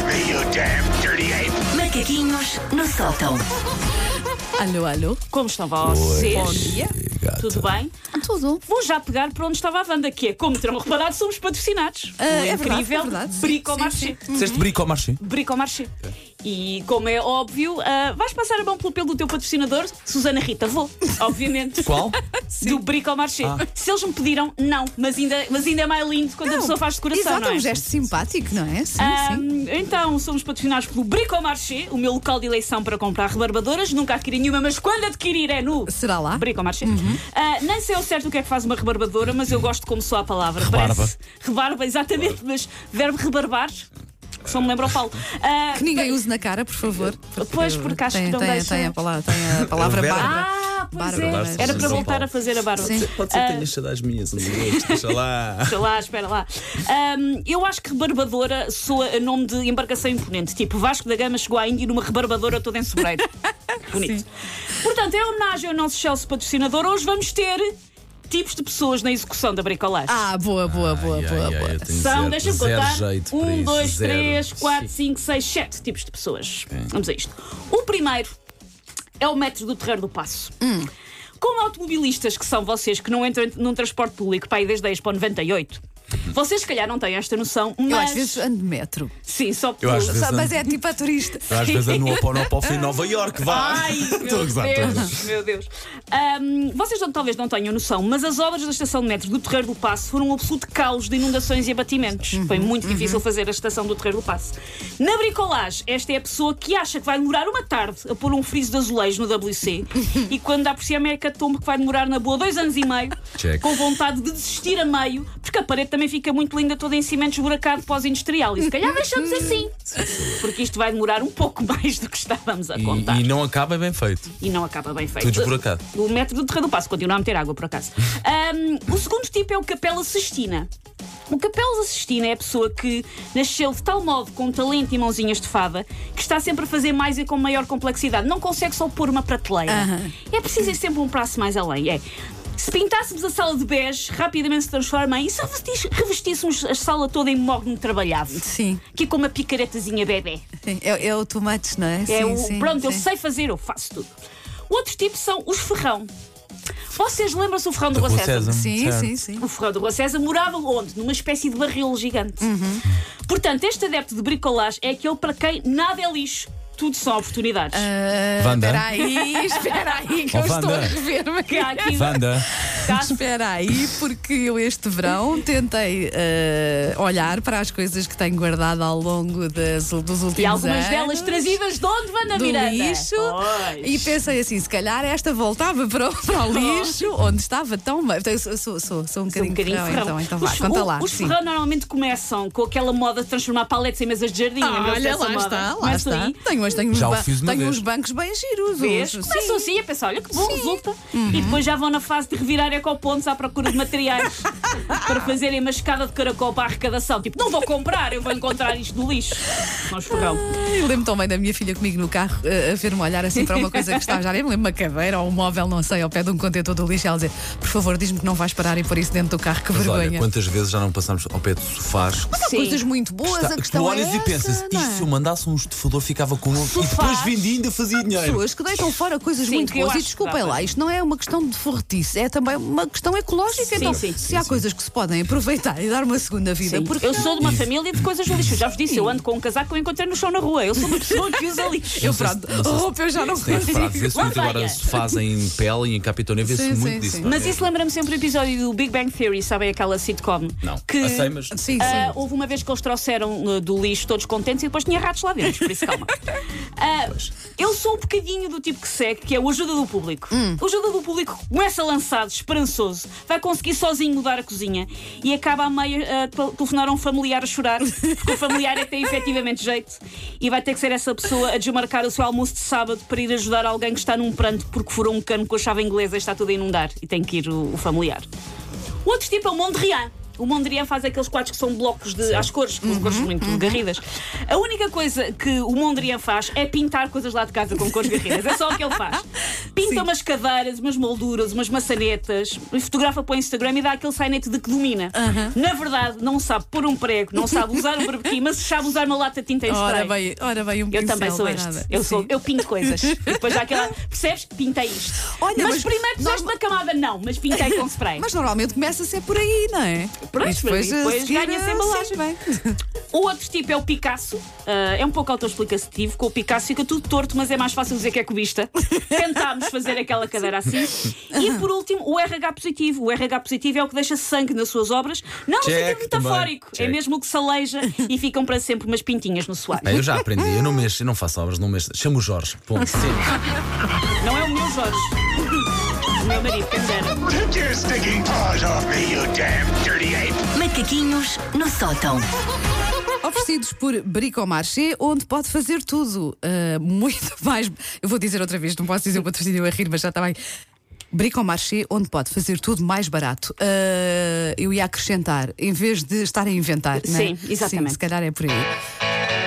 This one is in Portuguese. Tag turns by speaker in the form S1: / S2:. S1: Damn dirty ape!
S2: Macaquinhos no sótão.
S3: Alô, alô.
S4: Como estão vocês?
S3: Bom dia.
S4: Tudo bem?
S3: Tudo.
S4: Vou já pegar por onde estava a Wanda, que é como terão reparado, somos patrocinados.
S3: Ah,
S4: O
S3: é
S4: incrível
S3: verdade, é verdade.
S4: Bricomarché.
S5: Disseste brico ao marché.
S4: Bricomarché. E como é óbvio, ah, vais passar a mão pelo pelo do teu patrocinador, Susana Rita, vou, obviamente.
S5: Qual?
S4: Do Bricomarché. Se eles me pediram, não, mas ainda, mas ainda é mais lindo quando a pessoa faz de coração,
S3: Exato,
S4: não é?
S3: um gesto simpático, não é? Sim,
S4: Ah,
S3: sim.
S4: Então, somos patrocinados pelo Bricomarché, o meu local de eleição para comprar rebarbadoras. Nunca adquiri nenhuma, mas quando adquirir é nu.
S3: Será lá? Uhum.
S4: Bricomarché. Ah, nem sei ao certo o que é que faz uma rebarbadora, mas eu gosto como soa a palavra.
S5: Rebarba.
S4: Parece- Rebarba, exatamente, mas verbo rebarbar. Só me lembro ao Paulo. Ah,
S3: Que ninguém use na cara, por favor.
S4: Pois, porque acho
S3: tem,
S4: que não
S3: tem,
S4: deixa-
S3: tem a palavra, tem a palavra
S5: Verbo.
S3: barba.
S4: Ah, pois
S3: Barba.
S4: é.
S3: Barba,
S4: Era para
S5: São
S4: voltar
S5: Paulo.
S4: a fazer a barba.
S3: Sim.
S5: Pode ser que tenhas saudades minhas, uns minutos, deixa lá.
S4: Espera lá, espera lá. Ahm, eu acho que rebarbadora soa a nome de embarcação imponente. Tipo, Vasco da Gama chegou à Índia numa rebarbadora toda em sobreiro. Bonito. Portanto, em homenagem ao nosso Chelsea patrocinador, hoje vamos ter tipos de pessoas na execução da bricolagem.
S3: Ah, boa, boa, boa, boa, boa.
S4: São, Então, deixa-me contar. um, dois, três, quatro, cinco, seis, sete tipos de pessoas. Vamos a isto. O primeiro é o metro do Terreiro do Passo. Como automobilistas que são vocês que não entram num transporte público para ir desde a Expo 98, vocês se calhar não têm esta noção, mas.
S3: Eu às vezes ando de metro.
S4: Sim, só por.
S5: Eu às vezes
S3: Só-
S5: ando-
S3: Mas é tipo a turista.
S5: Eu às vezes ando ao Nopófilo em Nova York, vá!
S4: Ai,
S5: Estou a
S4: meu
S5: gozar, estou a gozar.
S4: Deus, meu Deus. Ahm, vocês não- talvez não tenham noção, mas as obras da estação de metro do Terreiro do Passo foram um absoluto caos de inundações e abatimentos.
S5: Uhum.
S4: Foi muito difícil fazer a estação do Terreiro do Passo. Na bricolagem, esta é a pessoa que acha que vai demorar uma tarde a pôr um friso de azulejo no WC e quando dá por si a América tomba que vai demorar na boa dois anos e meio,
S5: Check.
S4: com vontade de desistir a meio, porque a parede também fica muito linda toda em cimento esburacado pós-industrial. E se calhar deixamos assim, porque isto vai demorar um pouco mais do que estávamos a contar
S5: E, e não acaba é bem feito.
S4: e não acaba bem feito.
S5: Tudo esburacado.
S4: O método de Terra do Passo continua a meter água, por acaso. Ahm, o segundo tipo é o Capela Sistina. O Capela Sistina é a pessoa que nasceu de tal modo com talento e mãozinhas de fada que está sempre a fazer mais e com maior complexidade. Não consegue só pôr uma prateleira.
S3: Aham.
S4: É preciso ir sempre um passo mais além. É. Se pintássemos a sala de bege, rapidamente se transforma em. E se revestis- revestíssemos a sala toda em mogno trabalhado?
S3: Sim.
S4: Aqui com uma picaretazinha bebê.
S3: Sim, É, é o tomate, não é?
S4: É o, pronto, eu sei fazer, eu faço tudo. O outro tipo são os ferrão. Vocês lembram-se do ferrão do
S5: Da Rua
S4: Rua César?
S5: Sésamo.
S3: Sim,
S5: Certo.
S3: sim, sim.
S4: O ferrão do Rua César morava onde? Numa espécie de barril gigante.
S3: Uhum.
S4: Portanto, este adepto de bricolage é aquele para quem nada é lixo. Tudo são oportunidades.
S3: Ah,
S5: Wanda?
S3: Espera aí, espera aí, que
S5: Oh,
S3: eu estou a
S5: Wanda.
S3: rever-me.
S4: Que há aqui
S5: Wanda,
S4: Tá?
S3: Ah, Espera aí, porque eu este verão tentei eh, olhar para as coisas que tenho guardado ao longo das- dos últimos
S4: E algumas
S3: anos.
S4: delas trazidas de onde, Vanda
S3: do
S4: Miranda?
S3: lixo
S4: Pois. Oh.
S3: e pensei assim, se calhar esta voltava para o, para o lixo onde estava tão bem. Então, eu sou, sou, sou, sou um
S4: Sou
S3: bocadinho, ferrão, então, então
S4: Os-
S3: vá, conta
S4: o-
S3: lá.
S4: Os
S3: sim.
S4: ferrão normalmente começam com aquela moda de transformar paletes em mesas de jardim.
S3: Ah,
S4: lembram-se
S3: olha,
S4: dessa
S3: lá
S4: moda?
S3: está, lá
S4: Começa
S3: está.
S4: aí.
S3: Tenho, mas tenho, uns,
S5: Já o
S3: ba-
S5: fiz uma
S3: tenho
S5: vez.
S3: uns bancos bem giros.
S4: Vês?
S3: hoje,
S4: Começam
S3: sim. Uhum.
S4: assim a pensar, olha que bom, resulta. E depois já vão na fase de revirar ecopontos à procura de materiais para fazerem uma escada de caracol para a arrecadação. Tipo, não vou comprar, eu vou encontrar isto no lixo. Nós ferrão.
S3: Ai, Eu lembro também da minha filha comigo no carro eh, a ver-me olhar assim para uma coisa que estava já. Eu me lembro uma cadeira ou um móvel, não sei, ao pé de um contentor do lixo. e Ela dizer: Por favor, diz-me que não vais parar e pôr isso dentro do carro, que
S5: mas olha,
S3: vergonha.
S5: quantas vezes já não passamos ao pé de sofás?
S3: São coisas muito boas,
S5: Está-
S3: a
S5: que
S3: questão
S5: tu olhas
S3: é
S5: e pensas,
S3: essa, não
S5: isto
S3: é?
S5: se eu mandasse um estufador ficava com um. E depois
S4: Sofás.
S5: vendi e ainda fazia dinheiro.
S3: pessoas que deitam fora coisas
S4: Sim,
S3: muito
S4: que eu
S3: boas. E
S4: acho que
S3: desculpem
S4: dá,
S3: lá,
S4: mas-
S3: isto não é uma questão de forretice, é também uma questão ecológica.
S4: Sim,
S3: então,
S4: sim,
S3: se
S4: sim,
S3: há coisas que se podem aproveitar e dar uma segunda vida, porque
S4: eu sou de uma família de coisas no lixo. Eu já vos disse, eu ando com um casaco que eu encontrei no chão na rua. Eu sou uma pessoa que usa lixo.
S3: eu pronto,
S5: não sei se-
S3: roupa eu já não
S5: Tem
S3: consigo.
S5: frases, esse muito agora se fazem em pele e em capitone,
S3: Sim,
S5: vê-se
S3: sim,
S5: muito disso.
S3: sim.
S5: não é?
S4: Mas isso lembra-me sempre o episódio do Big Bang Theory, sabem aquela sitcom?
S5: Não,
S4: que
S5: Ah, sei, mas.
S3: Sim, sim.
S4: Ah, houve uma vez que eles trouxeram ah, do lixo todos contentes e depois tinha ratos lá dentro, por isso calma. Ah, eu sou um bocadinho do tipo que segue, que é o ajuda do público.
S3: Hum.
S4: O ajuda do público começa lançado, esperançoso, vai conseguir sozinho mudar a cozinha e acaba a meia a tel- telefonar a um familiar a chorar, porque o familiar é que tem efetivamente jeito e vai ter que ser essa pessoa a desmarcar o seu almoço de sábado para ir ajudar alguém que está num pranto porque furou um cano com a chave inglesa e está tudo a inundar e tem que ir o, o familiar. O outro tipo é o Mondrian. O Mondrian faz aqueles quadros que são blocos de, às cores, com cores
S3: Uhum,
S4: muito garridas. A única coisa que o Mondrian faz é pintar coisas lá de casa com cores garridas. É só o que ele faz. Pinta
S3: Sim.
S4: umas cadeiras, umas molduras, umas maçanetas, e fotografa para o Instagram e dá aquele sainete de que domina. Na verdade, não sabe pôr um prego, não sabe usar um barbequim, mas sabe usar uma lata de tinta em
S3: Ora
S4: spray.
S3: bem, ora bem, um
S4: Eu
S3: pincel,
S4: também sou
S3: não é
S4: este.
S3: nada.
S4: Eu, sou,
S3: Sim.
S4: eu pinto coisas. E depois há aquela. Percebes? Pintei isto.
S3: Olha, mas-
S4: mas, primeiro puseste
S3: não-
S4: uma camada, não, mas pintei com spray.
S3: Mas normalmente começa-se é por aí, não é?
S4: Pronto,
S3: e depois,
S4: e depois
S3: a seguir,
S4: ganha-se a embalagem.
S3: sim, bem.
S4: O outro tipo é o Picasso. Ah, é um pouco autoexplicativo. Com o Picasso fica tudo torto, mas é mais fácil dizer que é cubista. Tentámos fazer aquela cadeira assim. E por último, o RH positivo. O RH positivo é o que deixa sangue nas suas obras. Não no
S5: Check
S4: sentido metafórico.
S5: também.
S4: É
S5: Check.
S4: mesmo o que se aleija e ficam para sempre umas pintinhas no suário.
S5: Bem, eu já aprendi, eu não mexo, eu não faço obras, não mexo. Chamo o Jorge. Ponto.
S4: Não é o meu Jorge. O meu marido, quem dera.
S1: Take your stinking paws off me, you damn dirty ape!
S2: Macaquinhos no sótão.
S3: Oferecidos por Bricomarché, onde pode fazer tudo. Ah, muito mais. Eu vou dizer outra vez, não posso dizer o patrocínio a rir, mas já está bem. Bricomarché, onde pode fazer tudo mais barato. Ah, eu ia acrescentar, em vez de estar a inventar. não é?
S4: Sim, exatamente.
S3: Sim, se calhar é por aí.